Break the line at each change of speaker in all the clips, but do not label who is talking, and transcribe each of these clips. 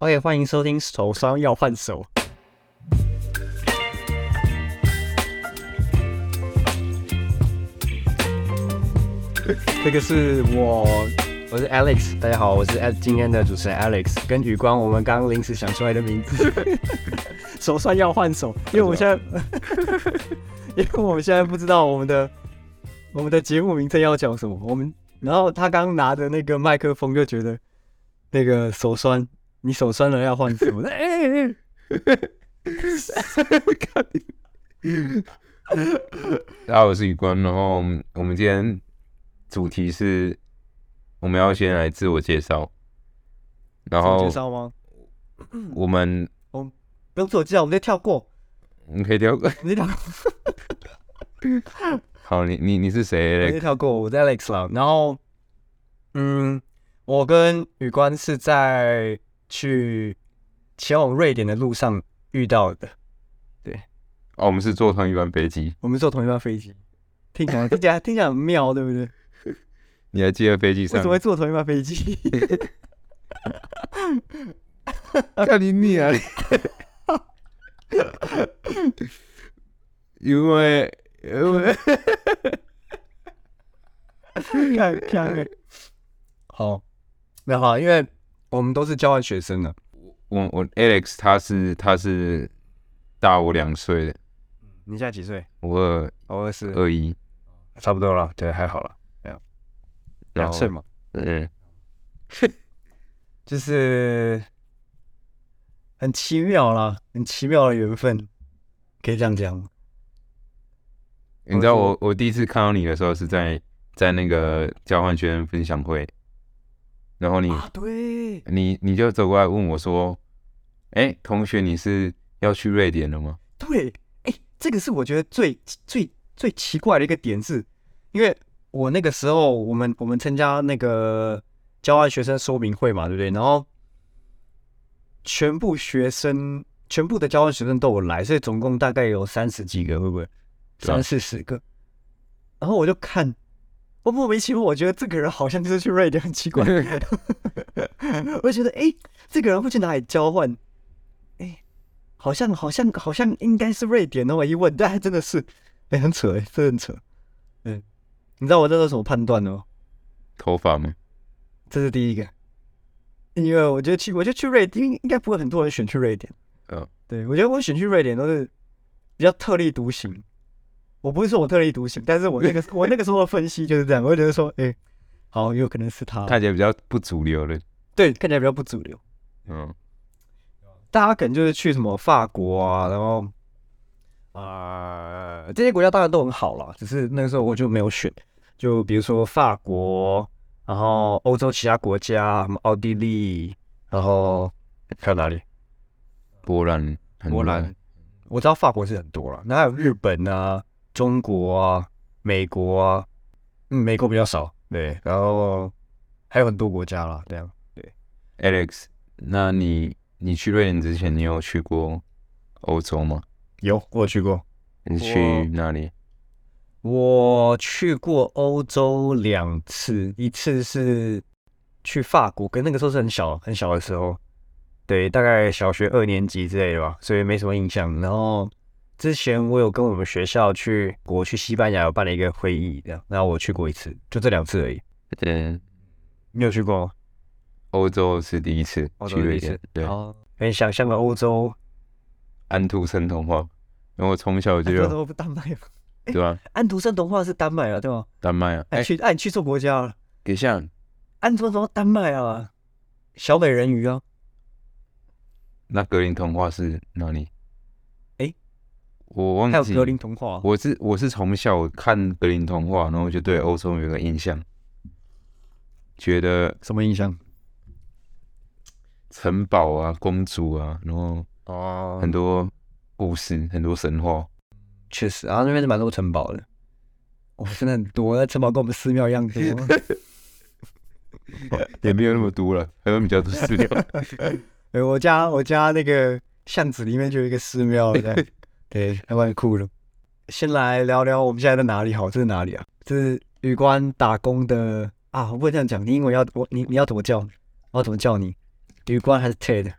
OK，欢迎收听《手伤要换手》。这个是我，我是 Alex，大家好，我是 Al- 今天的主持人 Alex，跟雨光，我们刚刚临时想出来的名字， 手算要换手，因为我们现在， 因为我们现在不知道我们的我们的节目名称要讲什么，我们，然后他刚拿着那个麦克风就觉得那个手酸，你手酸了要换手， 我说哎哎哎，
大家好，我是宇光。然后我们我们今天主题是，我们要先来自我介绍，然
自我
后
介绍吗？
我们
不用自我介绍，我们就跳过，
我们可以聊。
我们就跳过。
好，你你你是
我
谁
就跳过，我在 Alex 啦。然后，嗯，我跟宇官是在去前往瑞典的路上遇到的。
哦，我们是坐同一班飞机。
我们坐同一班飞机，听起来听起来听起来很妙，对不 对？
你还记得飞机
为
上
什么？会坐同一班飞 机？
看你你啊！你 因为因为
看看欸，好，没有好，因为我们都是交换学生的，
我我 Alex 他是他是大我两岁的，
你现在几岁？
我二
我二十，
二一，
差不多了，对，还好了，
然
两
后
岁嘛。
嗯，
就是很奇妙啦，很奇妙的缘分，可以这样讲吗。
你知道
我
我我第一次看到你的时候是在在那个交换学生分享会，然后你、
啊，对，
你你就走过来问我说：“哎、同学，你是要去瑞典了吗
对，哎、这个是我觉得最最最奇怪的一个点是，因为我那个时候我们我们参加那个交换学生说明会嘛，对不对？然后全部学生全部的交换学生都有来，所以总共大概有三十几个，会不会？
对啊
三四十个。然后我就看，我莫名其妙，我觉得这个人好像就是去瑞典，很奇怪。 我就觉得，哎、这个人会去哪里交换？哎、好像好像好像应该是瑞典哦。我一问，但还真的是，哎、很扯哎、真的很扯。嗯，你知道我这时候怎么判断的吗？？”
头发吗？
这是第一个，因为我觉得去，我觉得去瑞典应应该不会很多人选去瑞典。
嗯，
对，我觉得我选去瑞典都是比较特立独行。我不是说我特立独行，但是我那个我那个时候的分析就是这样，我就觉得说，哎、好，有可能是他，
看起来比较不主流的。
对，看起来比较不主流。
嗯，
大家可能就是去什么法国啊，然后啊、呃这些国家当然都很好啦，只是那个时候我就没有选，就比如说法国，然后欧洲其他国家，什么奥地利，然后还有哪里？
波兰，很
波兰，我知道法国是很多了，那还有日本啊、中国啊、美国啊，嗯，美国比较少，对，然后还有很多国家啦，这样。
Alex，那你你去瑞典之前，你有去过欧洲吗？
有，我有去过，
你
我
去哪里？
我去过欧洲两次，一次是去法国，跟那个时候是很小很小的时候，对，大概小学二年级之类的吧，所以没什么印象。然后之前我有跟我们学校去我去西班牙有办了一个会议，这样，那我去过一次，就这两次而已。
嗯，
你有去过吗？
欧洲是第一次
欧
去
洲
瑞
第一
典
次，
对，
哦，很想象的欧洲，
安徒生童话。然后我从小就
安徒
有，
生不丹麦吗？
对吧？
安徒生童话是丹麦啊，对吗？
丹麦啊，
哎，
哎，
去，哎，你去错国家了。哎
给下，
安徒生童话丹麦啊，小美人鱼啊，
那格林童话是哪里？
诶
我忘
还有
记。
格林童话。
我是我是从小看格林童话，然后就对欧洲有个印象，觉得
什么印象？
城堡啊、公主啊，然后
哦
很多故事、很多神 话。
确实，啊然后那边是蛮多城堡的， 哦，真的很多，那城堡跟我们寺庙一 样多。
也没有那么多了，还有比较多 资料。
对，我家我家那个巷子里面就有一个寺庙， 对，对，还蛮酷的。先来聊聊我们现在在哪里好？这是哪里啊？这是旅馆打工的啊！我不能这样讲，你英文要我你你要怎么叫？我要怎么叫你？旅馆还是 Ted？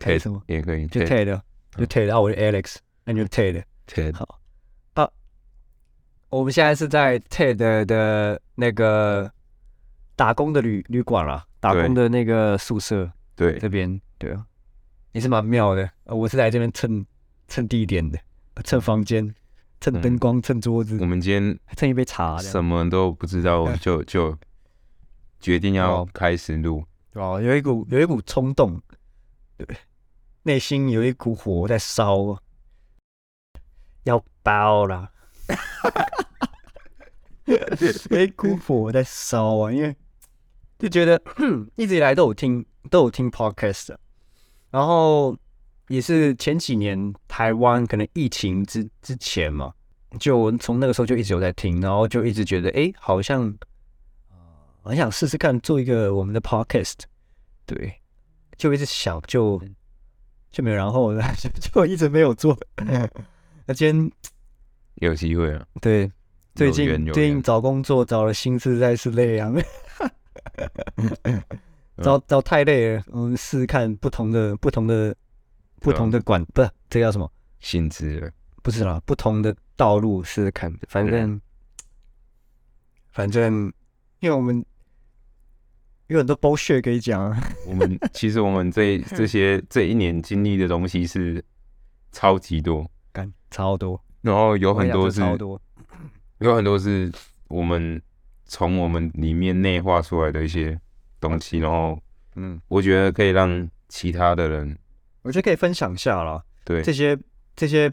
Ted 什么？
也可以，
就
Ted
Ted，就啊嗯 Ted，然后我就 Alex，那你就 Ted。
Ted
好我们现在是在 TED 的那个打工的旅旅馆啦，打工的那个宿舍
对
这边，对啊，也是蛮妙的。呃我是来这边蹭蹭地点的，蹭房间，蹭灯光，蹭桌子
我，们今天
还蹭一杯茶这样，
什么都不知 道，我们就就决定要
好
开 始录。
对吧？有一股有一股冲动，对，内心有一股火在烧，啊要爆啦！有一股火在烧啊，因为就觉得一直以来都有听都有听 podcast，的然后也是前几年台湾可能疫情之之前嘛，就我从那个时候就一直有在听，然后就一直觉得哎、诶好像呃很想试试看做一个我们的 podcast，对，就一直想就就没有然后 了，就就一直没有做。 那今天
有机会啊，
对，最
有
近
缘有
最近
缘
找工作找的心实在是累 啊，找找太累了。我们试试看不同的不同的不
对啊
同的管，不，这叫什么？
薪资了，
不是啦，不同的道路试试看。反正反正，因为我们有很多 bullshit 可以讲啊，
我们其实我们这这些这一年经历的东西是超级多，
干超多，
然后有很
我
多
跟你
是
讲真的超多。
有很多是我们从我们里面内化出来的一些东西，然后
嗯，
我觉得可以让其他的人
我觉得可以分享一下啦。
对
这些这些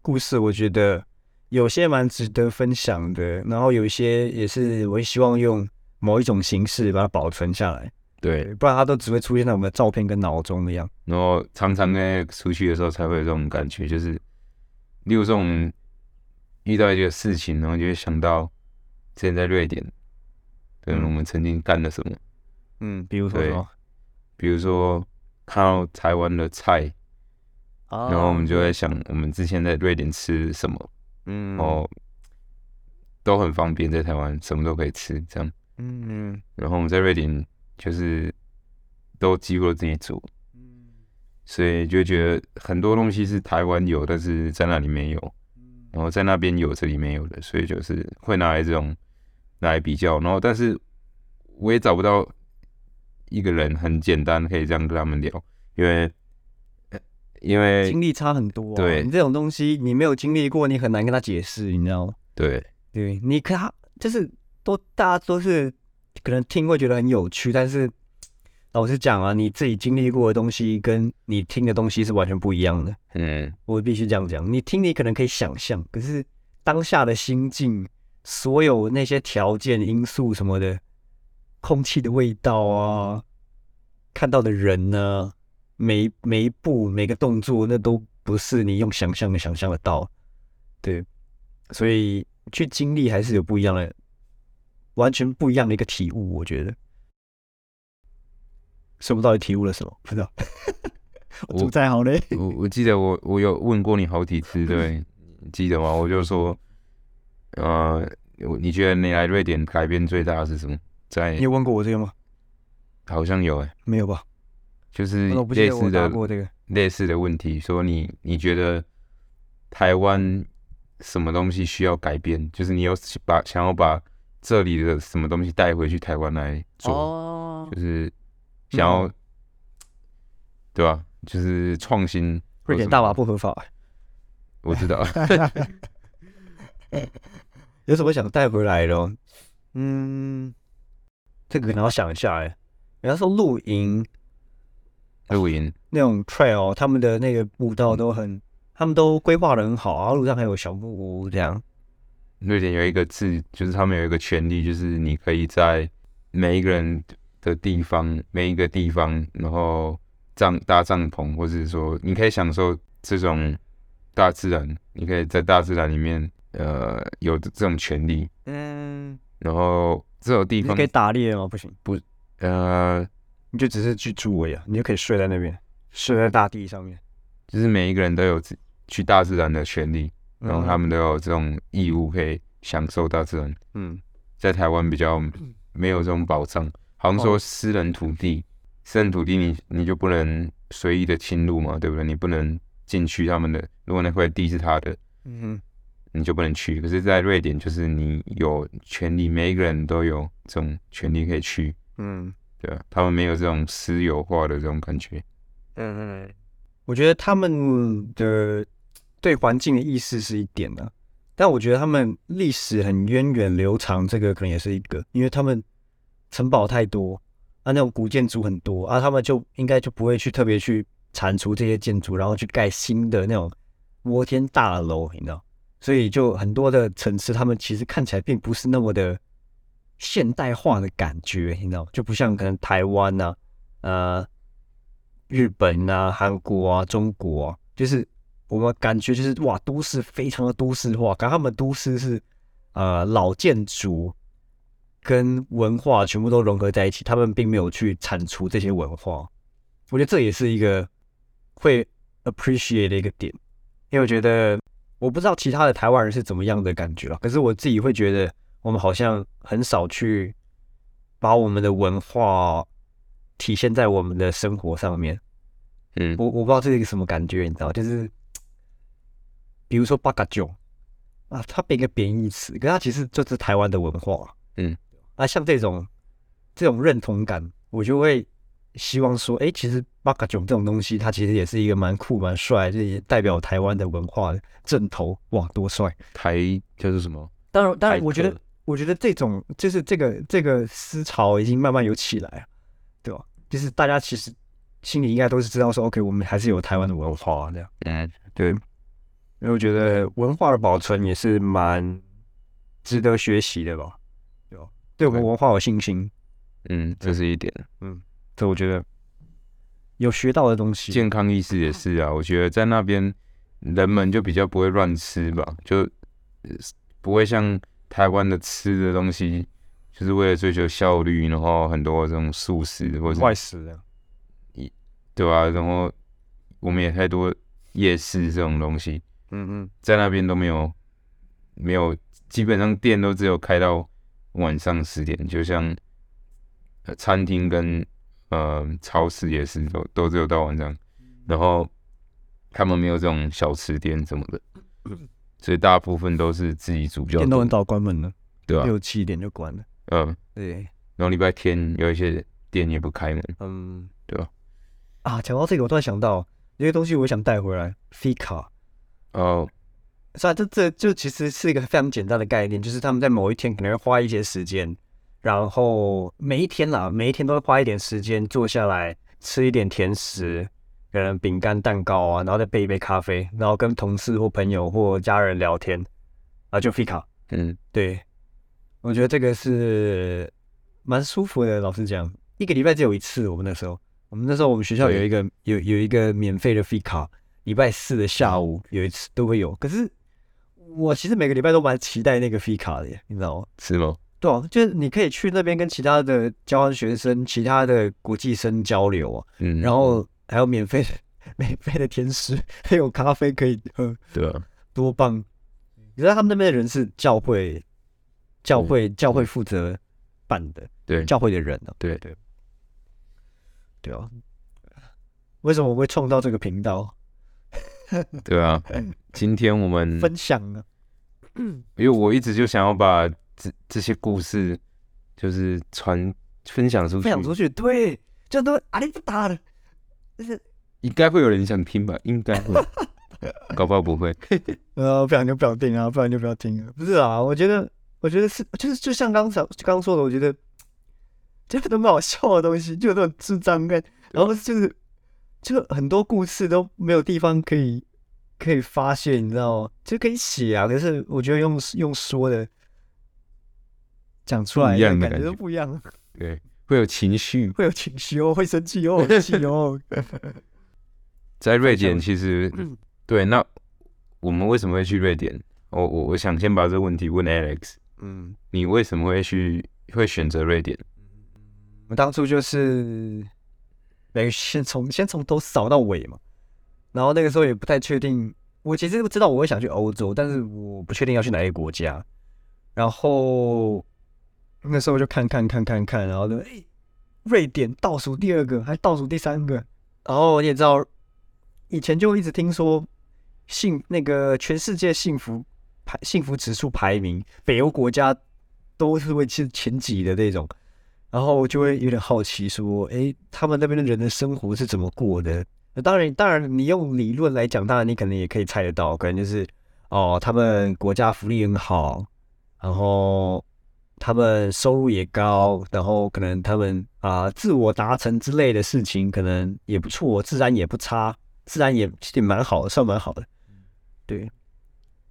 故事，我觉得有些蛮值得分享的，然后有一些也
嗯
是我希望用某一种形式把它保存下来，
对，
对，不然它都只会出现在我们的照片跟脑中一样。
然后常常在出去的时候才会有这种感觉，就是例如说我们遇到一个事情，然后就会想到之前在瑞典，对，
嗯
我们曾经干了什么。
嗯，比如说
对
什么，
比如说看到台湾的菜，
然哦
然后我们就会想，我们之前在瑞典吃什么，
啊嗯
然后都很方便，在台湾什么都可以吃，这样。
嗯
然后我们在瑞典就是都几乎都自己煮，
嗯
所以就觉得很多东西是台湾有，但是在那里没有，
嗯
然后在那边有，这里没有的，所以就是会拿来这种拿来比较。然后，但是我也找不到一个人很简单可以这样跟他们聊，因为呃因为
经历差很多、啊。
对
你这种东西，你没有经历过，你很难跟他解释，你知道吗？
对
对你可他就是都大家都是可能听会觉得很有趣，但是老实讲啊，你自己经历过的东西跟你听的东西是完全不一样的。
嗯
我必须这样讲，你听你可能可以想象，可是当下的心境、所有那些条件因素什么的，空气的味道啊，看到的人呢、每一每一步每个动作，那都不是你用想象的想象得到。对，所以去经历还是有不一样的，完全不一样的一个体悟，我觉得。说不到底体悟了什么，不知道。 我
我
主宰好嘞。
我我记得我我有问过你好几 次，对，你记得吗？我就说，呃，我你觉得你来瑞典改变最大的是什么？在
你有问过我这个吗？
好像有哎、
没有吧？
就是
我不记
类
得我
似
答
的
过这个。
类似的问题，说你你觉得台湾什么东西需要改变？就是你有把想要把这里的什么东西带回去台湾来做，
哦
就是想要、
嗯
对吧、就是创新。
瑞典大麻不合法，
我知 道，
有什么想带回来的哦？嗯，这个可能要想一下哎。人家说露营
露营，
那种 trail，他们的那个步道都很，他们都规划的很好，啊然后路上还有小木屋这样。
瑞典有一个制，就是他们有一个权利，就是你可以在每一个人的地方，每一个地方，然后帐搭帐篷，或是说你可以享受这种大自然，你可以在大自然里面，呃，有这种权利。
嗯，
然后这种地
你是
方
可，以打猎吗？不行，
呃，
你就只是去住而已啊，你就可以睡在那边，睡在大地上面。
就是每一个人都有自去大自然的权利，然后他们都有这种义务可以享受大自然。
嗯，
在台湾比较
嗯
没有这种保障，好像说
哦
私人土地，私人土地你你就不能随意的侵入嘛，对不对？你不能进去他们的，如果那块地是他的，
嗯
你就不能去。可是，在瑞典，就是你有权利，每一个人都有这种权利可以去，
嗯
对吧、他们没有这种私有化的这种感觉。
嗯
我觉得他们的对环境的意识是一点啊，但我觉得他们历史很源远流长，这个可能也是一个，因为他们城堡太多，啊，那种古建筑很多啊，他们就应该就不会去特别去铲除这些建筑，然后去盖新的那种摩天大楼，你知道？所以就很多的城市，他们其实看起来并不是那么的现代化的感觉，你知道？就不像可能台湾啊呐、呃，日本啊、韩国啊、中国啊，就是我们感觉就是哇，都市非常的都市化，感觉他们都市是呃老建筑跟文化全部都融合在一起，他们并没有去铲除这些文化，我觉得这也是一个会 appreciate 的一个点，因为我觉得我不知道其他的台湾人是怎么样的感觉啊了，可是我自己会觉得我们好像很少去把我们的文化体现在我们的生活上面。
嗯，
我我不知道这是一个什么感觉，你知道，就是比如说八嘎囧啊，它变一个贬义词，可它其实就是台湾的文化，
嗯，
啊，像这种这种认同感，我就会希望说，哎、其实八嘎囧这种东西，它其实也是一个蛮酷蛮帅，这也代表台湾的文化的正头，哇，多帅！
台叫做什么？
当然，当然，
骇
我觉得
客，
我觉得这种就是这个这个思潮已经慢慢有起来了，对吧？就是大家其实心里应该都是知道说，OK，我们还是有台湾的文化、啊、这样。
嗯，
对，因为我觉得文化的保存也是蛮值得学习的吧，对吧？对我们
对
文化有信心，
嗯，这是一点。
这我觉得有学到的东西。
健康意识也是啊，我觉得在那边人们就比较不会乱吃吧，就呃不会像台湾的吃的东西，就是为了追求效率，然后很多这种素食或者
坏死了，
对吧、然后我们也太多夜市这种东西，
嗯
在那边都没有没有，基本上店都只有开到晚上十点，就像呃餐厅跟呃超市也是都都只有到晚上，然后他们没有这种小吃店什么 的，所以大部分都是自己煮比较
店都
多
很，早关门了，
对吧、啊
六七点就关了。
嗯、
对，
然后礼拜天有一些店也不开门，
嗯，
对吧？
啊，讲到这个，我突然想到有些东西，我想带回来，fika。
哦，
是啊，这这就其实是一个非常简单的概念，就是他们在某一天可能会花一些时间，然后每一天啦，每一天都会花一点时间坐下来吃一点甜食，可能饼干、蛋糕啊，然后再备一杯咖啡，然后跟同事或朋友或家人聊天，啊，就 fika。
嗯，
对，我觉得这个是蛮舒服的。老实讲，一个礼拜只有一次。我们那时候，我们那时候我们学校有
对
一个有有一个免费的 f 卡，礼拜四的下午
嗯
有一次都会有。可是我其实每个礼拜都蛮期待那个 f 卡的耶，你知道吗？
是吗？
对啊，就是你可以去那边跟其他的交换学生、其他的国际生交流啊，
嗯，
然后还有免费的 免费的甜食，还有咖啡可以喝。
对啊吧、
多棒！你知道他们那边的人是教会，教
嗯
会教会负责办的，
对
教会的人呢、
对
对对啊，为什么我会创造这个频道
对啊，今天我们
嗯分享啊呢？
因为我一直就想要把这这些故事，就是传分享出去，
分享出去，对，这都阿里不达的，就是
应该会有人想听吧？应 该会，搞不好不会。
呃，不想就不想听啊，不然就不要听了。不是啊，我觉得，我觉得是，就是就像刚才刚说的，我觉得这很多好笑的东西，就有那种智障感，然后就是就很多故事都没有地方可以可以发泄，你知道吗？就可以写啊，可是我觉得用用说的讲出来
不一样的
感
感
觉都
觉
不一样，
对，会有情绪。
会有情绪哦，会生气哦，会气 哦，
在瑞典，
分享嗯
其实对，那我们为什么会去瑞典？我我我想先把这个问题问 Alex，
嗯。
你为什么会去会选择瑞典？
我们当初就是，等于先从先从头扫到尾嘛。然后那个时候也不太确定，我其实知道我会想去欧洲，但是我不确定要去哪一个国家。然后那时候就看看看看看，然后就哎，瑞典倒数第二个，还倒数第三个，然后你也知道，以前就一直听说幸那个全世界幸福排幸福指数排名，北欧国家都是会是前几的那种，然后我就会有点好奇说，诶，他们那边的人的生活是怎么过的？那当然，当然，你用理论来讲，当然你可能也可以猜得到，可能就是哦，他们国家福利很好，然后他们收入也高，然后可能他们啊、自我达成之类的事情可能也不错，自然也不差，自然也也蛮好的，算蛮好的，对。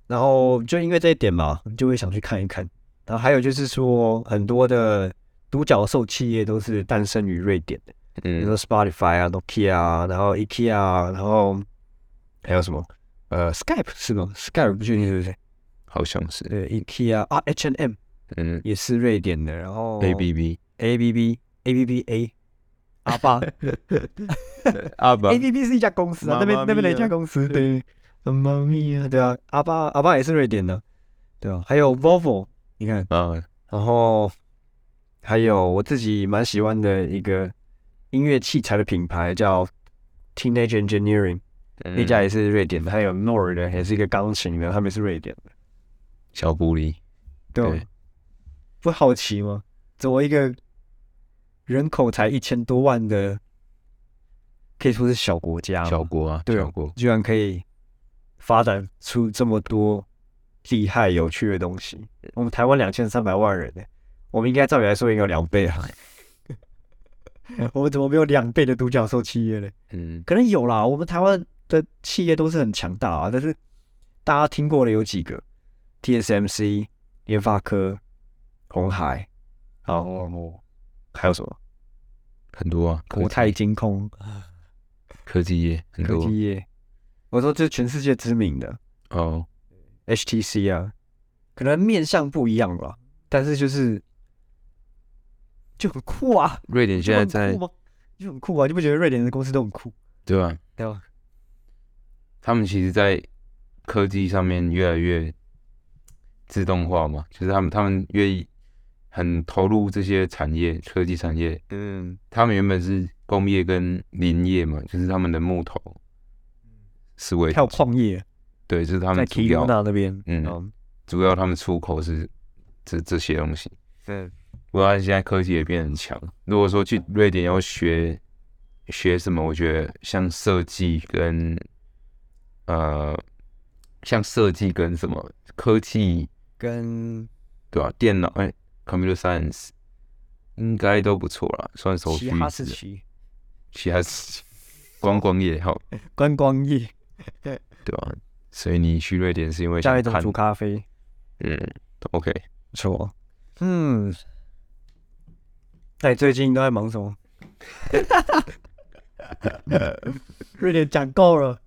然后就因为这一点嘛，就会想去看一看。然后还有就是说，很多的独角兽企业都是诞生于瑞典的，比如
嗯
说 Spotify 啊、Nokia 啊，然后 IKEA 啊，然后还有什么？呃，Skype 是吗？Skype 不确定是不是？
好像是，
对，IKEA 啊，H&M
嗯
也是瑞典的，然后
，A B B，
A B B A B B A 阿爸
阿爸
A，B B 是一家公司啊，那边那边的一家公司，对，妈咪啊，对啊，阿爸阿爸也是瑞典的，对啊，还有 Volvo，你看，
啊，
然后还有我自己蛮喜欢的一个音乐器材的品牌叫 Teenage Engineering，那
嗯
家也是瑞典的，还有 Nord 的也是一个钢琴的，他们也是瑞典的，
小狐狸，
对啊
对
不好奇吗？作为一个人口才一千多万的，可以说是小国家嘛，
小国啊，
对啊
小国，
居然可以发展出这么多厉害有趣的东西。我们台湾两千三百万人呢、我们应该照理来说应该有两倍啊。 我们怎么没有两倍的独角兽企业呢？
嗯，
可能有啦，我们台湾的企业都是很强大啊，但是大家听过的有几个？TSMC、联发科、红海，然后还有什么？
很多啊，哦科
国泰
技
金控、
科技业很
科
多
技业，我说这全世界知名的，
哦，
HTC 啊，可能面向不一样吧，但是就是就很酷啊，
瑞典
你
现在在
吗？就很酷啊，你不觉得瑞典的公司都很酷？
对吧？
对吧？
他们其实，在科技上面越来越自动化嘛，就是他们他们愿意很投入这些产业，科技产业。
嗯，
他们原本是工业跟林业嘛，就是他们的木头思维，
还有矿业
对，这、是他
在
们主
k i
要
n 那边，哦
嗯主要他们出口是这这些东西。
对，
不过现在科技也变得很强。如果说去瑞典要学学什么，我觉得像设计跟呃，像设计跟什么科技，
跟
对吧、电脑哎、c o m p u t e r science 应该都不错啦，算首
其
屈
哈
一
士
指。
奇
其他事情，观光也好，
观光业
对吧、所以你去瑞典是因为
加
想
一种
看
煮，咖啡，
嗯，OK，
不错。嗯，那你最近都在忙什么？瑞典讲够了，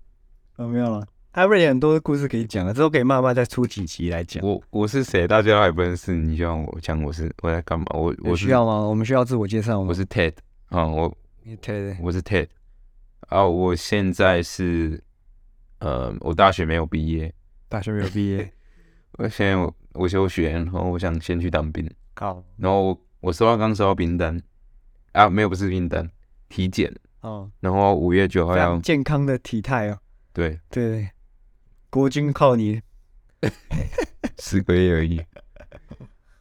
哦，没有了。啊，瑞典很多故事可以讲了，之后可以慢慢再出几集来讲。
我我是谁，大家还不认识，你就让我讲我是我在干嘛，我我
有
是
需要吗？我们需要自我介绍吗？
我是 Ted 啊、我
对对
我是 Ted 啊，我现在是呃，我大学没有毕业，
大学没有毕 业，
我现在我我休学，然后我想先去当兵，
靠，
然后我我收到刚收到兵单啊，没有不是兵单，体检，
哦，
然后五月九号
非常
要
健康的体态哦。
对
对，国军靠你，
四个月而已，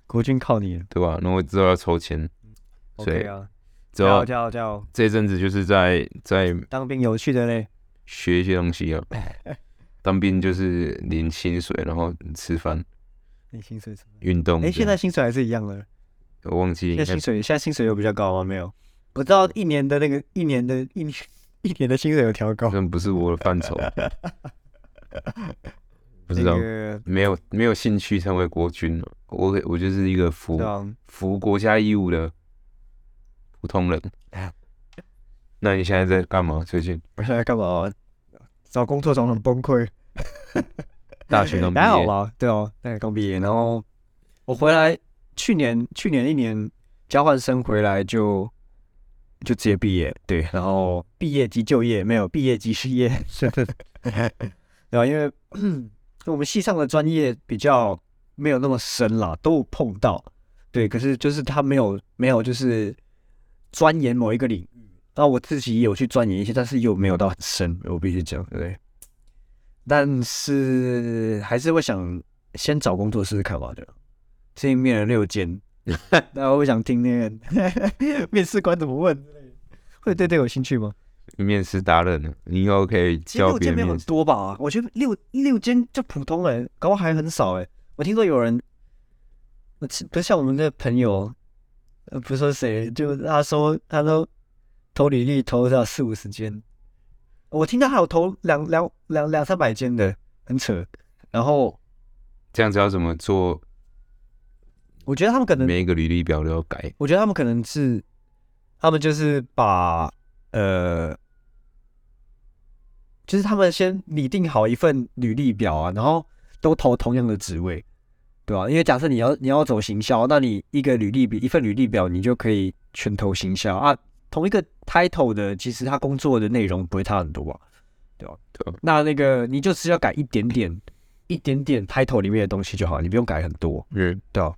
国军靠你了。
对吧？然后之后要抽签，所以
OK 啊，
之
加
后
油加油加油！
这阵子就是在在
当兵有趣的嘞，
学一些 东西啊。当兵就是领薪水，然后吃饭、
你薪水怎么样？
运动这
哎，
样。
现在薪水还是一样的。
我忘记应
现在
该嗯
薪水现在薪水有比较高吗？没有，我知道一年的那个一年的一年一年的薪水有调高
好，像不是我的范畴， 不
那
知道，
个
没有没有兴趣成为国军了。我我就是一个服
对啊，
服国家义务的普通 人。那你现在在干嘛？最近
我现在干嘛？找工作找得很崩溃，
大学刚 毕
还好
业，
吧？对哦，大概刚毕业，然后我回来，去年去年一年交换生回来就就直接毕业，对，然后毕业即就业，没有毕业即失 业，然后因为我们系上的专业比较没有那么深啦，都有碰到，对，可是就是他没有没有就是钻研某一个领域，那我自己也有去钻研一些，但是又没有到很深，我必须讲，对。但是还是会想先找工作试试看吧，对吧。这面了六 间，那我想听那个 面试官怎么问之类的，会对这个有兴趣吗？
面试达人了，你以后可以
其实
教
六
别
间没有
人面
很
试。
多吧？我觉得六六间就普通哎、搞不好还很少哎、我听说有人，我其不是像我们的朋友，呃，不是说谁，就他说他说投履历投到四五十间，我听到还有投两两两两三百间的，很扯。然后
这样子要怎么做？
我觉得他们可能，
每一个履历表都要改。
我觉得他们可能是，他们就是把呃。就是他们先拟定好一份履历表啊，然后都投同样的职位，对吧、因为假设你要你要走行销，那你一个履历表一份履历表，你就可以全投行销啊。同一个 title 的，其实他工作的内容不会差很多吧，对吧、
对啊
那那个你就只要改一点点，一点点 title 里面的东西就好，你不用改很多，
嗯
对吧、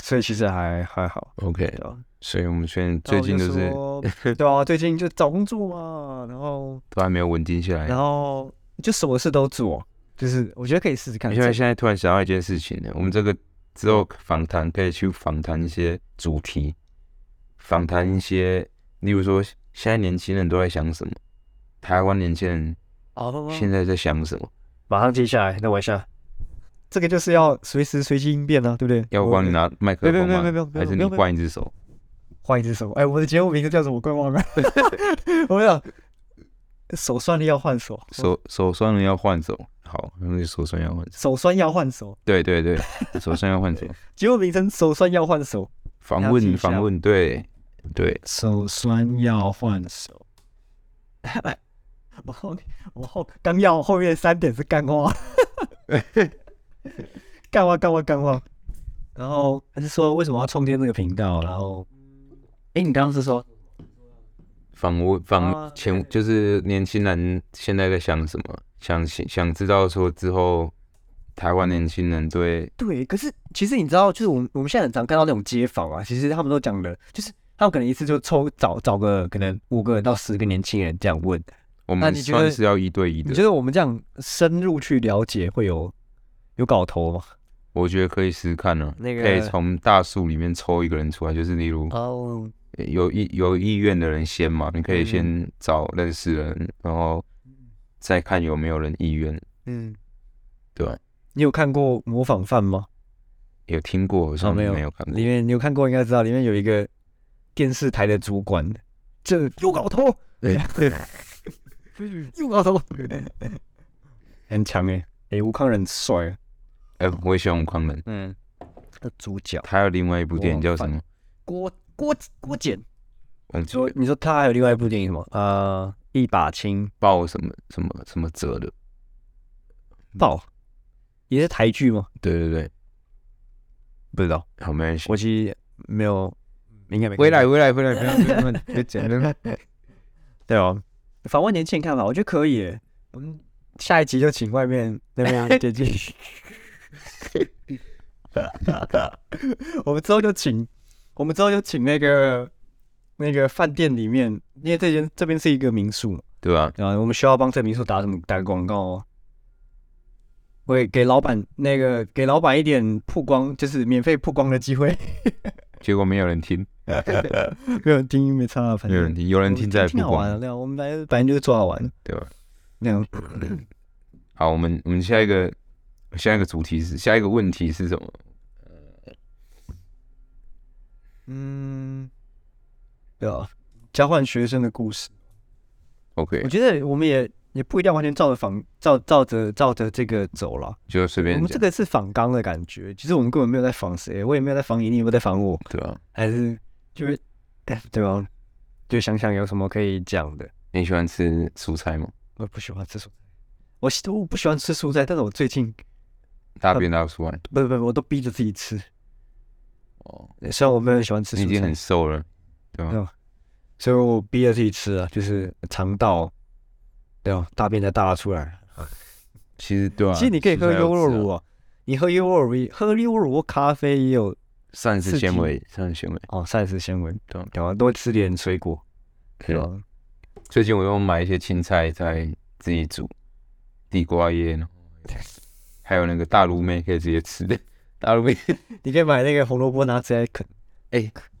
所以其实还还好，
，OK
对。吧、
所以我们现在最近都是
然 后就说对啊，最近就找工作嘛，然后
都还没有稳定下来
然。后就什么事都做，就是我觉得可以试试看。
因为现在突然想到一件事情呢，我们这个之后访谈可以去访谈一些主题，访谈一些，例如说现在年轻人都在想什么，台湾年轻人
好，
现在在想什么，
马上接下来，那我一下，这个就是要随时随机应变啊，对不对？
要我帮你拿麦克风
没有
吗
没有没有没？有
啊还是
没
你
有没有哦
换一只手？
换一只手。哎，我的节目名字叫什么？我快 忘了。我想手酸的要换手，
手手酸了要换手，好，那就手酸要换手。
手酸要换手。
对 对对，手酸要换手。
节目名称：手酸要换手，
访
要记一
问
下
访问，对对，
手酸要换手。 我后我后刚要后面三点是干 话，干话干话干话。然后他是说为什么要创建这个频道？然后，哎，你刚刚是说
访问
啊
访前就是年轻人现在在想什么，想想知道说之后台湾年轻人对
对，可是其实你知道，就是我们我们现在很常看到那种街访啊，其实他们都讲的，就是他们可能一次就抽找找个可能五个人到十个年轻人这样问，
我
那
们
你觉得
算是要一对一
你
的
觉，得我们这样深入去了解会有有搞头吗？
我觉得可以试试看呢、啊
那个
可以从大树里面抽一个人出来，就是例如
哦，
有意有意愿的人先嘛，你可
嗯
以先找认识的人，然后再看有没有人意愿，
嗯，
对吧？
你有看过模仿犯吗？
有听过，好
哦
像
没有
没有看过
里，面你有看过，应该知道，里面有一个电视台的主管，这有搞头，
对，
有搞头， 很强哎、欸，哎、吴康仁很帅啊，
哎、我也喜欢吴康仁，
嗯，那主角
他有另外一部电影叫什
模
么？
郭郭郭简。
忘记
说
了，
你说他还有另外一部电影什么？呃，一把青
报什么什么什么哲的，
豹，
嗯
也是台剧吗？
对对对，
不知道，
好，没关系。
我其实没有，应该没看过
回来，回来，回来，不要不要乱别讲了。
对哦。访问年轻人看法，我觉得可以耶。我们下一集就请外面那边啊姐姐，我们之后就请，我们之后就请那个那个饭店里面，因为这间这边是一个民宿嘛，
对吧？
啊，我们需要帮这民宿打什么打广告哦？会给老板那个给老板一点曝光，就是免费曝光的机会。
结果没有人听，
没有人听，没差啊，反
没有人
正
听，有人听再
挺
不
好玩的。
管，
对啊，我们来反正就是做好玩的
对吧？
那样。
好，我们我们下一个下一个主题是下一个问题是什么？
嗯，对啊，交换学生的故事，我
OK，
觉得我们也也不一定要完全照着仿照照着照着这个走了。
就随
我
便
们这
讲，
个是仿纲的感觉，其实我们根本没有在仿谁，我也没有在仿你，你有没有在仿我？
对吧？
还是就是对吧？就想想有什么可以讲的。
你喜欢吃蔬菜吗？
我不喜欢吃蔬菜，我喜我不喜欢吃蔬菜，但是我最近
大便大出来
不不不，我都逼着自己吃。
哦，
虽然我没有很喜欢吃
你已
呃蔬
经
菜
很，瘦了，对
对
吧？
所以我逼着自己吃啊，就是肠道，对吧、大便才大得出来。
其实对啊，
其实你可以喝
蔬菜要
优酪
吃啊
乳、哦，你喝优酪乳，喝优酪乳咖啡也有
膳
刺
食
激
纤维，膳食纤维，
哦膳食纤维，
对啊
对吧、多吃点水果，对啊
对
吧、
吧？最近我都买一些青菜在自己煮，地瓜叶，然后还有那个大陆妹可以直接吃的大陆妹。
你可以买那个红萝卜拿起来啃，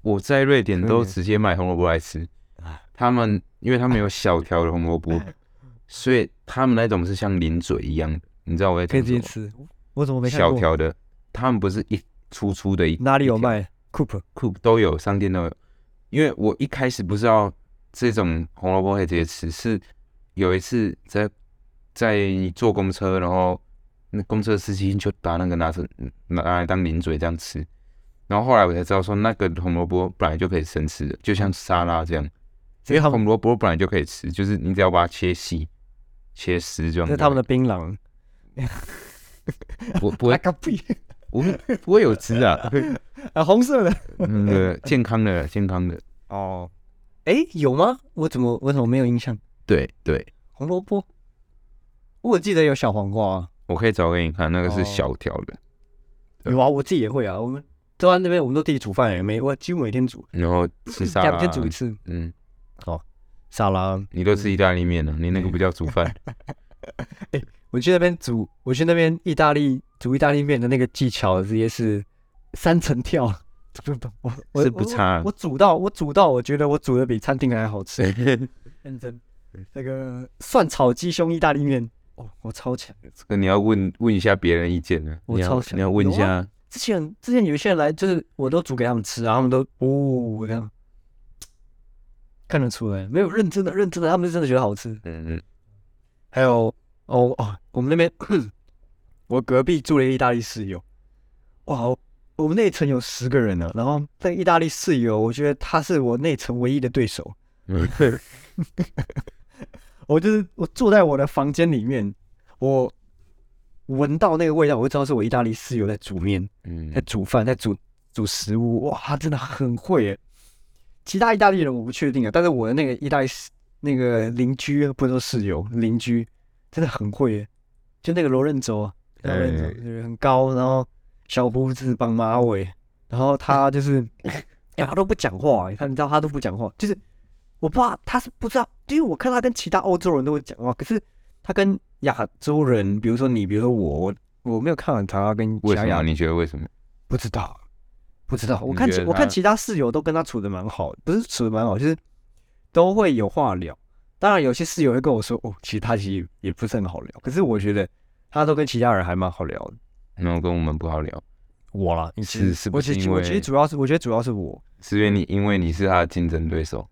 我在瑞典
可以
都直接买红萝卜来吃
啊，
他们因为他们有小条的红萝卜，
哎
所以他们那种是像零嘴一样的，你知道我在
可以
讲
直
什
接
么
吃。我怎么
吗？
没看
小
过？
条的，他们不是一粗粗的一
哪里有
一条
卖？Coop
Coop 都有，商店都有。因为我一开始不知道这种红萝卜可以直接吃，是有一次在在坐公车，然后那公车司机就把那个拿着拿来当零嘴这样吃，然后后来我才知道说那个红萝卜本来就可以生吃的，就像沙拉这样，
这是
因为
他们
红萝卜本来就可以吃，就是你只要把它切细、切丝这
这
样就可以。
是他们的槟榔，
不不会
个屁
不会不会有汁啊，
啊，红色的
那个健康的健康的，
哦，哎，有吗？我怎么我怎么没有印象？
对对。
红萝卜，我记得有小黄瓜、啊，
我可以找给你看，那个
哦
是小条的，对
有啊，我自己也会啊。我们都在那边，我们都自己煮饭欸，每我几乎每天煮，
然后吃沙
两
拉
天。煮一次
嗯，
沙拉。
你都吃意大利面了，你那个不叫煮 饭。
我去那边煮，我去那边意大利煮意大利面的那个技巧直接是三层跳，我我
是不差
我我煮到我煮到，我觉得我煮的比餐厅还好吃，认真。那个蒜炒鸡胸意大利面，哦，我超强。
这个你要问问一下别人意见了，
我
你要
超想
你要问一
有啊
下，
之前之前有一些人来，就是我都煮给他们吃，然后他们都哦这样，看得出来没有认真的认真的，他们是真的觉得好吃。
嗯，
还有哦哦，我们那边 我隔壁住了一个意大利室友，哇，我我们那一层有十个人呢，然后那个意大利室友，我觉得他是我那一层唯一的对手。
嗯
我就是我坐在我的房间里面，我闻到那个味道，我就知道是我意大利室友在煮面。在
嗯，
煮饭，在煮煮食物，哇，他真的很会耶。其他意大利人我不确定啊，但是我的那个意大利室那个邻居，不是说室友，邻居真的很会耶。就那个罗任州啊，罗任州
哎
就是很高，然后小胡子绑马尾，然后他就是， 哎、他都不讲话耶，他你知道他都不讲话，就是我不知道他是不知道，因为我看他跟其他欧洲人都会讲话，可是他跟亚洲人，比如说你，比如说我，我我没有看到他跟其
为
他
什
亚
么？你觉得为什么？
不知道，不知道。我
你
看
觉
其
得
我看
他
其他室友都跟他处的蛮好的，不是处的蛮好，就是都会有话聊。当然，有些室友会跟我说，哦，其实他其实也不是很好聊。可是我觉得他都跟其他人还蛮好聊的。
然后跟我们不好聊，
我啦，你
是是不
我
是
其实
因
我其实
为
主要是我觉得主要是我
是因为你因为你是他的竞争对手，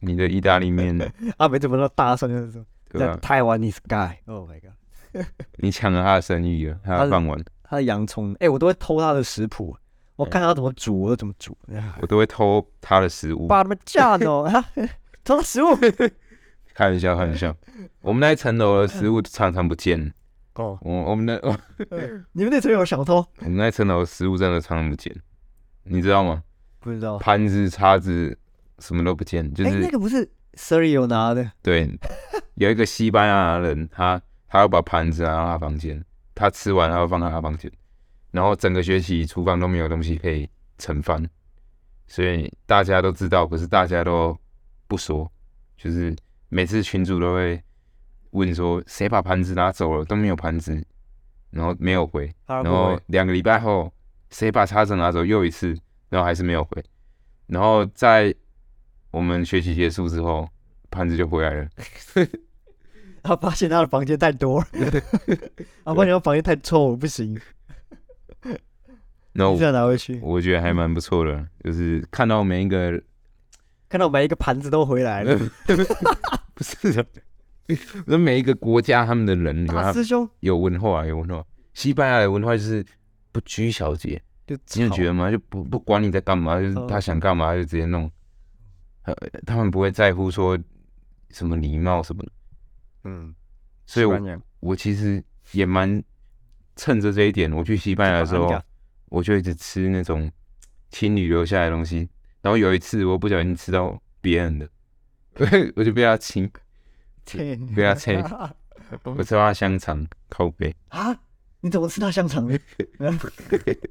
你的意大利 面，
阿没怎么那么大声就是说，
对
在
吧？
台湾你是 guy，Oh my god，
你抢了他的生意了，他
他
的
是
饭碗，
他的洋葱，哎、我都会偷他的食谱，我看他怎么煮我就怎么煮。
我都会偷他的食 物。
爸他们架呢？啊偷他食物
开玩笑，开玩笑。我们那一层楼的食物常常不见，
哦，
我我们那我
你们那层有小偷？
们那一层楼的哦食物真的常常不见，你知道吗？
不知道。
盘子、叉子什么都不见，就
哎、
是、
那个不是 Siri 有拿的，
对，有一个西班牙人，他他要把盘子拿到他房间，他吃完他要放到他房间，然后整个学期厨房都没有东西可以盛饭，所以大家都知道，可是大家都不说，就是每次群主都会问说谁把盘子拿走了，都没有盘子，然后没有回，
他
然后两个礼拜后，谁把叉子拿走又一次，然后还是没有回。然后在我们学期结束之后，盘子就回来了。
他发现他的房间太多了，他发现他房间太臭了，不行，
然后
必须要拿回去。
哦我觉得还蛮不错的，就是看到每一个
看到每一个盘子都回来 了，
不是的，不是每一个国家他们的人，你
大
看
啊师兄
有文化，有文化。西班牙的文化就是不拘小节，
就
你有觉
得
得吗？就不不管你在干嘛，就是
哦
他想干嘛就直接弄，呃他们不会在乎说什么礼貌什么的。
嗯，
所以我
西班牙
我其实也蛮趁着这一点，我去西班牙的时
西
候
班牙，
我就一直吃那种青旅留下来的东西。然后有一次，我不小心吃到别人的， 我就被他亲，
天
被 他亲，我吃到他香肠靠背，
啊！你怎么吃到香肠的？
这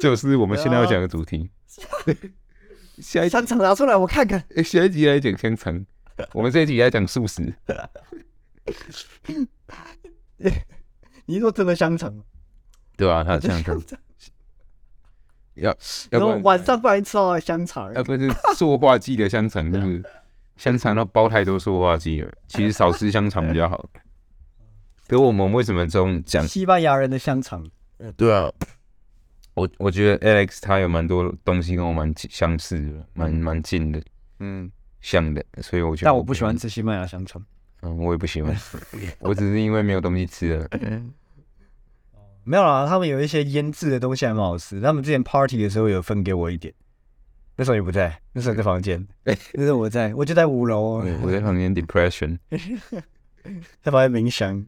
就是我们现在要讲的主题。 下一
香肠拿出来我看看。
诶下一集来讲香肠，我们这一集来讲素食。
你是说真的香肠吗？
对啊，他有香肠，要要
然
不
后
然
晚上不然吃到香肠，
呃要不然是塑化剂的香肠，就是香肠都包太多塑化剂了，其实少吃香肠比较好。可我们为什么这种讲？
西班牙人的香肠。
对啊，我我觉得 Alex 他有蛮多东西跟我蛮相似的，蛮蛮近的，
嗯，
像的，所以我觉得
但我不喜欢吃西班牙香肠。
嗯，我也不喜欢，我只是因为没有东西吃 了。
没有啦，他们有一些腌制的东西还蛮好吃。他们之前 party 的时候有分给我一点，那时候你不在，那时候你在房间，那时候我在，我就在五楼哦，
对我在旁边 depression，
在旁边冥想。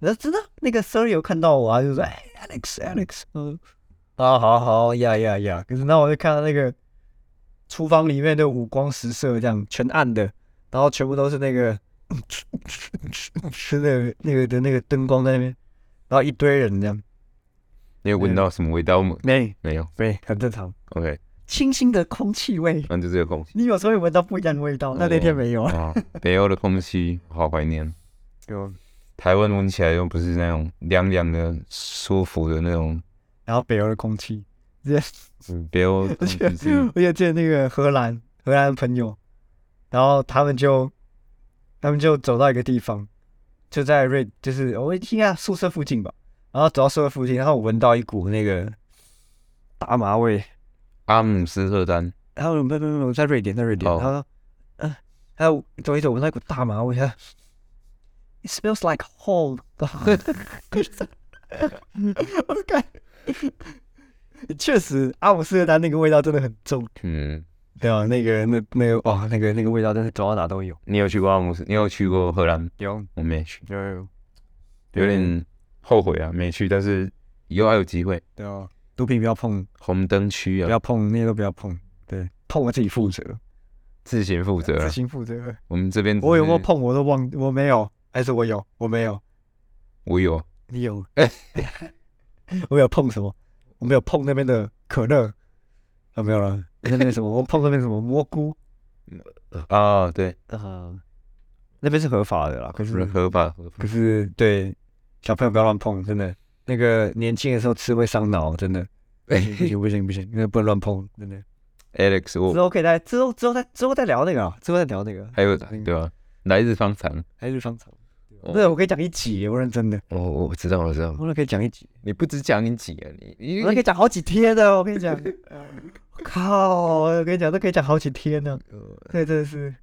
然后真的那个 sir 有看到我啊，就说：“哎，Alex Alex，嗯，啊，好好呀呀呀。”可是那我就看到那个厨房里面的五光十色，这样全暗的，然后全部都是那个 是那个那个的那个灯光在那边，然后一堆人这样，
你有闻到什么味道吗？
没
没有。
没很正常。
OK，
清新的空气味。
那就这个空气。
你有时候会闻到不一样的味哦道，那那天没有。
啊，北欧的空气好怀念。
有，
台湾闻起来又不是那种凉凉的、舒服的那种。
然后北欧的空气，而且
北欧
嗯 而
空
且
气嗯是
而且见那个荷兰荷兰朋友，然后他们就他们就走到一个地方，就在瑞就是我应该宿舍附近吧，然后走到宿舍附近，然后我闻到一股那个大麻味，
阿姆斯特丹，
然后没没没，我在瑞典，在瑞典。
哦
然后，嗯，还有走一走，闻到一股大麻味。他，It smells like home 。 我看， 确实，阿姆斯特丹那个味道真的很重。
嗯，
对啊，那个那那个哇，那个那个味道真的走到哪都有。
你有去过阿姆斯？你有去过荷兰？
有
我没去，
有有，嗯
有点后悔啊，没去。但是以后还有机会，
对啊，毒品不要碰，
红灯区
不
啊，
要碰，那些都不要碰。对，碰我自己负责，
自行负责啊
自。行负责。
我们这边只
我有没有
是？
碰我都忘，我没有，还是我有，我没有。
我有，
你有？
哎
我有碰什么？我没有碰那边的可乐啊，没有了。那边什么？我碰那边什么蘑菇嗯
啊，对，
啊，那边是合法的啦。可是
合法合法。
可是对小朋友不要乱碰，真的。那个年轻的时候吃会伤脑，真的。不行不行不行，那不能乱碰，真的。
Alex，
之
我
后可以再之后之后再之后再聊那个啊，之后再聊那个
还有对
啊
吧？来日方长。
还是商场。
哦
对，嗯我可以讲一集，我认真的，
我哦我我知道，我知道。
我都可以讲一集。
你不只讲你几啊，你你
我都可以讲好几天的，我跟你 讲，哎靠，我跟你讲，都可以讲好几天呢。对，真的是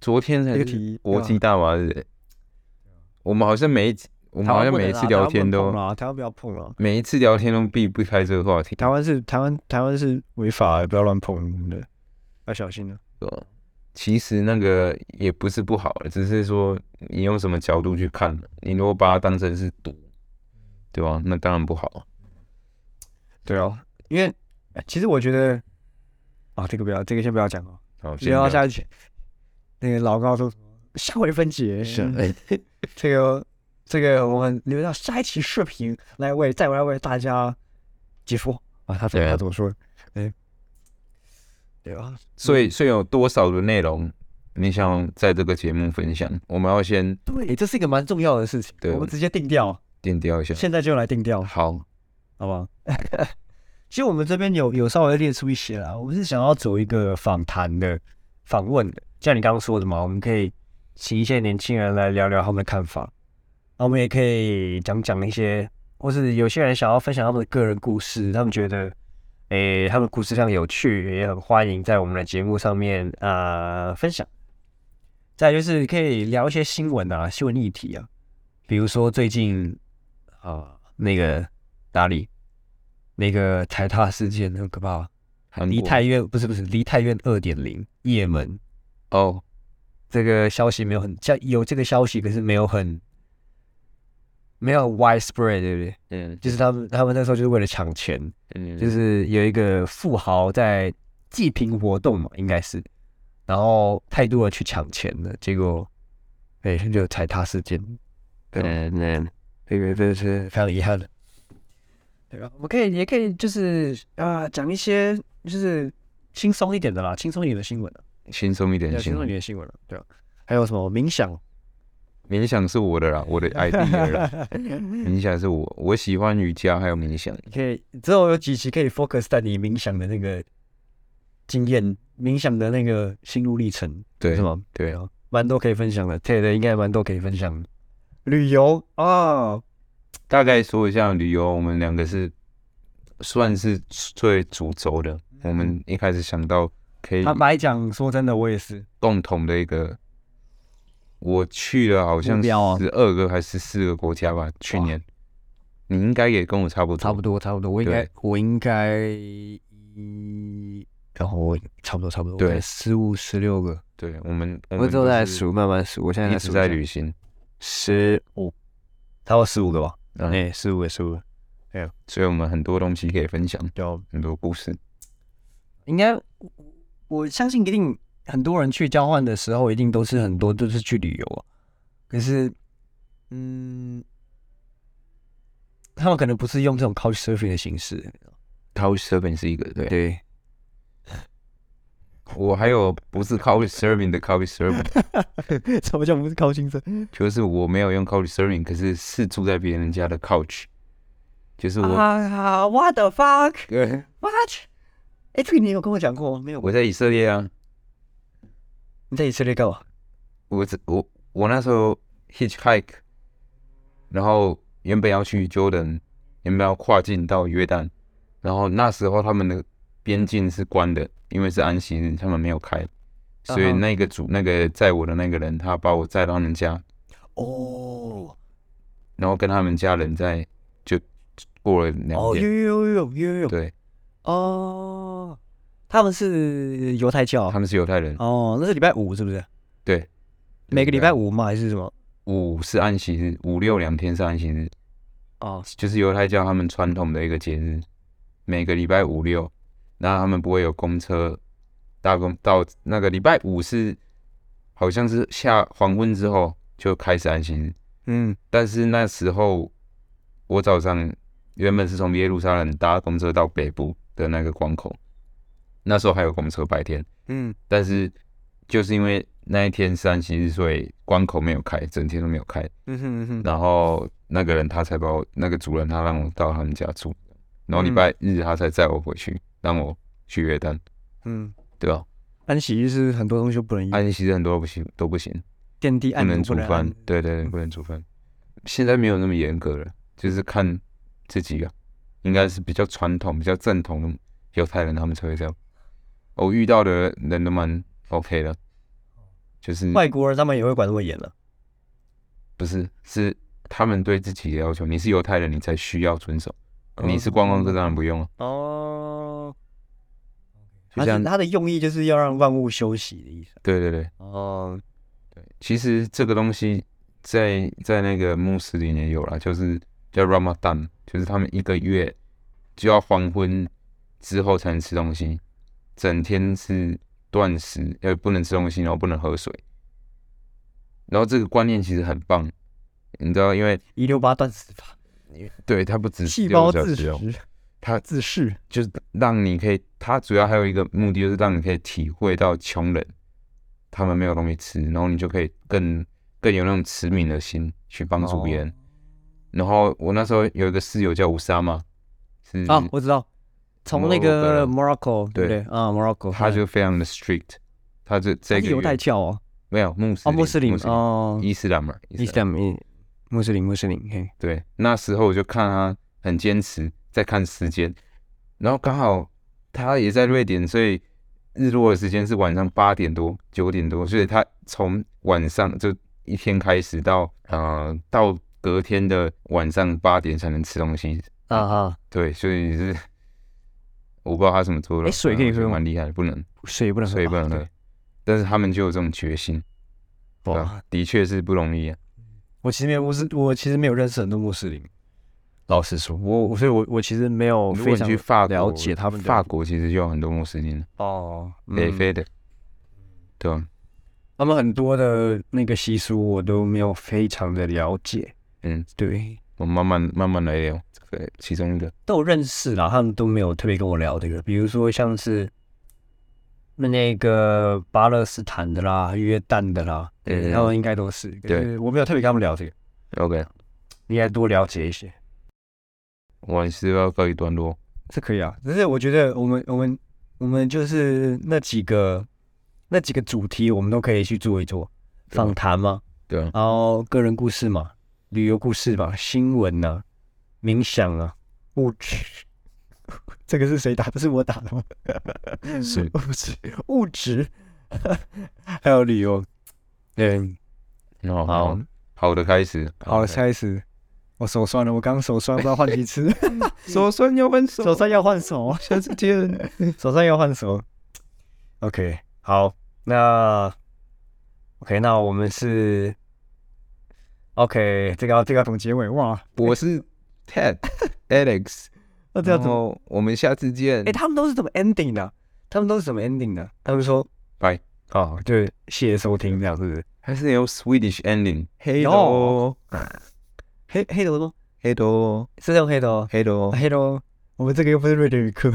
昨天才
这个
是
题
国
对啊
际大麻日欸，我们好像每一集，我们好像每一次聊天都，
啊，台湾不要碰了。
每一次聊天都避不开这个话题，
台湾是台湾，台湾是违法的，不要乱碰的，要小心了。啊
对吧哦其实那个也不是不好的，只是说你用什么角度去看了。你如果把它当成是赌，对吧？那当然不好。
对啊，因为呃其实我觉得啊，这个不要，这个先不要讲哦，
好，
先要
不要
下去。那个老高说下回分解，
是啊
这个这个我们留到下一期视频来为再来为大家解说啊，他怎么
对啊
他怎么说？哎，对啊，
所以所以有多少的内容你想在这个节目分享？我们要先
对，这是一个蛮重要的事情，
对啊
我们直接定调，
定调一下。
现在就来定调，
好，
好不好？ 其实我们这边有有稍微列出一些啦，我们是想要走一个访谈的访问的，像你刚刚说的嘛，我们可以请一些年轻人来聊聊他们的看法，那我们也可以讲讲一些，或是有些人想要分享他们的个人故事，他们觉得，诶、他们故事非常有趣，也很欢迎在我们的节目上面呃分享。再来就是可以聊一些新闻啊，新闻议题啊，比如说最近啊、那个哪里那个踩踏事件很可怕，
韩
梨
国
泰院不是不是梨泰院二点零也门
哦，
这个消息没有很像有这个消息，可是没有很没有 widespread，对不对？
嗯，
就是他们他们那时候就是为了抢钱，
嗯
就是有一个富豪在祭品活动嘛，应该是，然后太多人去抢钱了，结果，哎、就有踩踏事件，对吧
嗯，
这个真的是非常遗憾的，对吧？我们可以也可以就是啊，讲一些就是轻松一点的啦，轻松一点的新闻了，
轻松一点
要，
轻
轻松
松
一。点的新闻了，啊对吧？还有什么冥想？
冥想是我的啦，我的 idea 啦。冥想是我，我喜欢瑜伽还有冥想。
可以之后有几期可以 focus 在你冥想的那个经验、冥想的那个心路历程，
对
是吗？
对，
啊，蛮多可以分享的，对对，应该蛮多可以分享的。旅游啊，
大概说一下旅游，我们两个是算是最主轴的。我们一开始想到可以
坦白讲，说真的，我也是，
共同的一个，我去了好像
目标啊
十二个还是四个国家吧，去年。你应该也跟我差不多，
差不多，差不多，我应该
对，
我应该一，然后我差不多，差不多，
对
十五、十六个，
对，我们
嗯
我
我
们
都在
是
数，慢慢数。我现在
一
在
直
数
在
一下
旅行，
十五，差不多十五个吧，
嗯
哎，十五个，十五个，
所以我们很多东西可以分享，
就
很多故事。
应该，我我相信一定很多人去交换的时候，一定都是很多都是去旅游啊。可是，嗯，他们可能不是用这种 couch surfing 的形式。
Couch surfing 是一个，对
对，
我还有不是 Couch surfing 的 Couch surfing，
什么叫不是 couch surfing？
就是我没有用 Couch surfing，可是是住在别人家的 couch，就是我、
啊，what the fuck？what？哎，这个你有跟我讲过吗没有？
我在以色列啊，
你在以色列干嘛？
我只我我那时候 hitchhike，然后原本要去 Jordan，原本要跨境到约旦，然后那时候他们的边境是关的，因为是安息日，他们没有开，所以
嗯哼
那个主那个载我的那个人，他把我载到他们家，
哦，
然后跟他们家人在就过了两
哦，有
天，
有有有有有，
对，
哦，他们是犹太教啊
他，们是犹太人，
哦，那是礼拜五是不是？
对，
每个礼拜
五
五吗？还是什么？
五是安息日，五六两天是安息日，
哦，
就是犹太教他们传统的一个节日，每个礼拜五六，那他们不会有公车，大公到那个礼拜五是好像是下黄昏之后就开始安息日，
嗯，
但是那时候我早上原本是从耶路撒冷搭公车到北部的那个关口，那时候还有公车白天，
嗯，
但是就是因为那一天是安息日，所以关口没有开，整天都没有开，
嗯哼嗯哼，
然后那个人他才把我那个主人他让我到他们家住，然后礼拜日他才载我回去，让我去约旦，
嗯，
对吧？
安息日是很多东西都不能用，
安息日很多不行都不行，
电梯
哎
按
不能
钮
煮
不能
饭
按，，
对对对，不能煮饭。现在没有那么严格了，就是看自己啊，应该是比较传统、比较正统的犹太人他们才会这样。我遇到的人都蛮 OK 的，就是
外国人他们也会管那么严了。
不是是他们对自己的要求，你是犹太人你才需要遵守，嗯你是观光客当然不用了。
哦，
就
而
像
且它的用意啊就是要让万物休息的意思。
对对对，
哦，
其实这个东西在在那个穆斯林也有啦，就是叫 Ramadan，就是他们一个月就要黄昏之后才能吃东西，整天是断食，要不能吃东西，然后不能喝水。然后这个观念其实很棒，你知道，因为
一六八断食法，
对它不只是
细胞
六个
自
小时
食
哦，它
自噬。
就是让你可以，它主要还有一个目的就是让你可以体会到穷人他们没有东西吃，然后你就可以更更有那种慈悯的心去帮
哦
助别人。然后我那时候有一个室友叫乌沙嘛，是
啊，我知道，从那个
摩
Morocco 对不对
对
啊，Morocco，
他就非常的 strict，他这
他
这
是
个
犹太
月
教哦，
没有穆斯
哦
林
穆斯林
穆斯林
哦，
伊斯兰嘛，伊
伊
斯
斯
兰
兰伊穆斯林穆斯林，嘿，
对，那时候我就看他很坚持，在看时间，然后刚好他也在瑞典，所以日落的时间是晚上八点多、九点多，所以他从晚上就一天开始到呃到隔天的晚上八点才能吃东西。
啊啊，
对，所以是我不知道他怎么做的，
诶水
反
可以
正我觉得
喝吗
蛮厉害的，不 能
水不能喝，
水不能
啊
喝，，但是他们就有这种决心，
对哇
啊，的确是不容易啊。
我其实没有穆斯，我其实没有认识很多穆斯林。老实说，我我所以我，我其实没有非
如果你
常
去法国，
了解他们的
法国其实就有很多穆斯林了。
哦，
北
嗯
非的，对啊吧？
他们很多的那个习俗我都没有非常的了解，
嗯，
对，
我们慢慢慢慢来聊这个其中一个。
都有认识啦，他们都没有特别跟我聊这个，比如说像是那个巴勒斯坦的啦、约旦的啦，
嗯
对，他们应该都是。
对，
我没有特别跟他们聊这个，
OK，
应该多了解一些。
我是要告一段落。
是可以啊，只是我觉得我们我们我们就是那几个那几个主题，我们都可以去做一做
对
访谈嘛，
对啊，
然后个人故事嘛，旅游故事嘛，新闻呐、冥想啊，物质， 这个是谁打的？是我打的 吗？
是
物质，物质， 还有旅游，对，
哦，
嗯好
好好的开始，
好了，
的，
开始。我手酸了，我刚手酸，不知道换几次，
手酸要分
手
手，
酸要换手。啊
下 次见。
手上要换手。OK，好，那 OK，那我们是 OK，这个要这个要怎么结尾哇？
我是 Ted Alex，
那 这要
然
怎么？
后我们下次见
哎、。他们都是怎么 ending 的、啊他们都是怎么 ending 的、他们说
拜
哦，就是谢谢收听这样，是不是？
还是有 Swedish ending。
有黑黑头吗？
Hello，Hello，Hello，
是用黑头？ 黑头？我们这个又不是瑞典语课，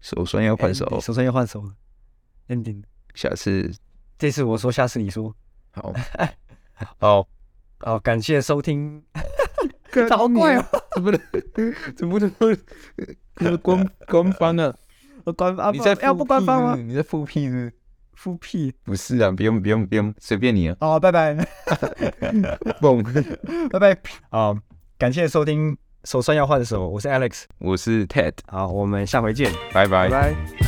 手酸要换手，
手上要换手了，ending。
下次
这次我说，下次你说。
好。
好，好，感谢收听。 好怪哦！
怎么能怎么能 就是官官方啊？
官方
你在
要不官方吗？
你在复辟是不是？
复辟。
不是啊，不用不用不用，随便你啊，
好，哦拜 拜，
蹦。
拜拜。好，感谢收听《手酸要换手》，我是 Alex。
我是 Ted，
好，我们下回见，
拜拜。
拜。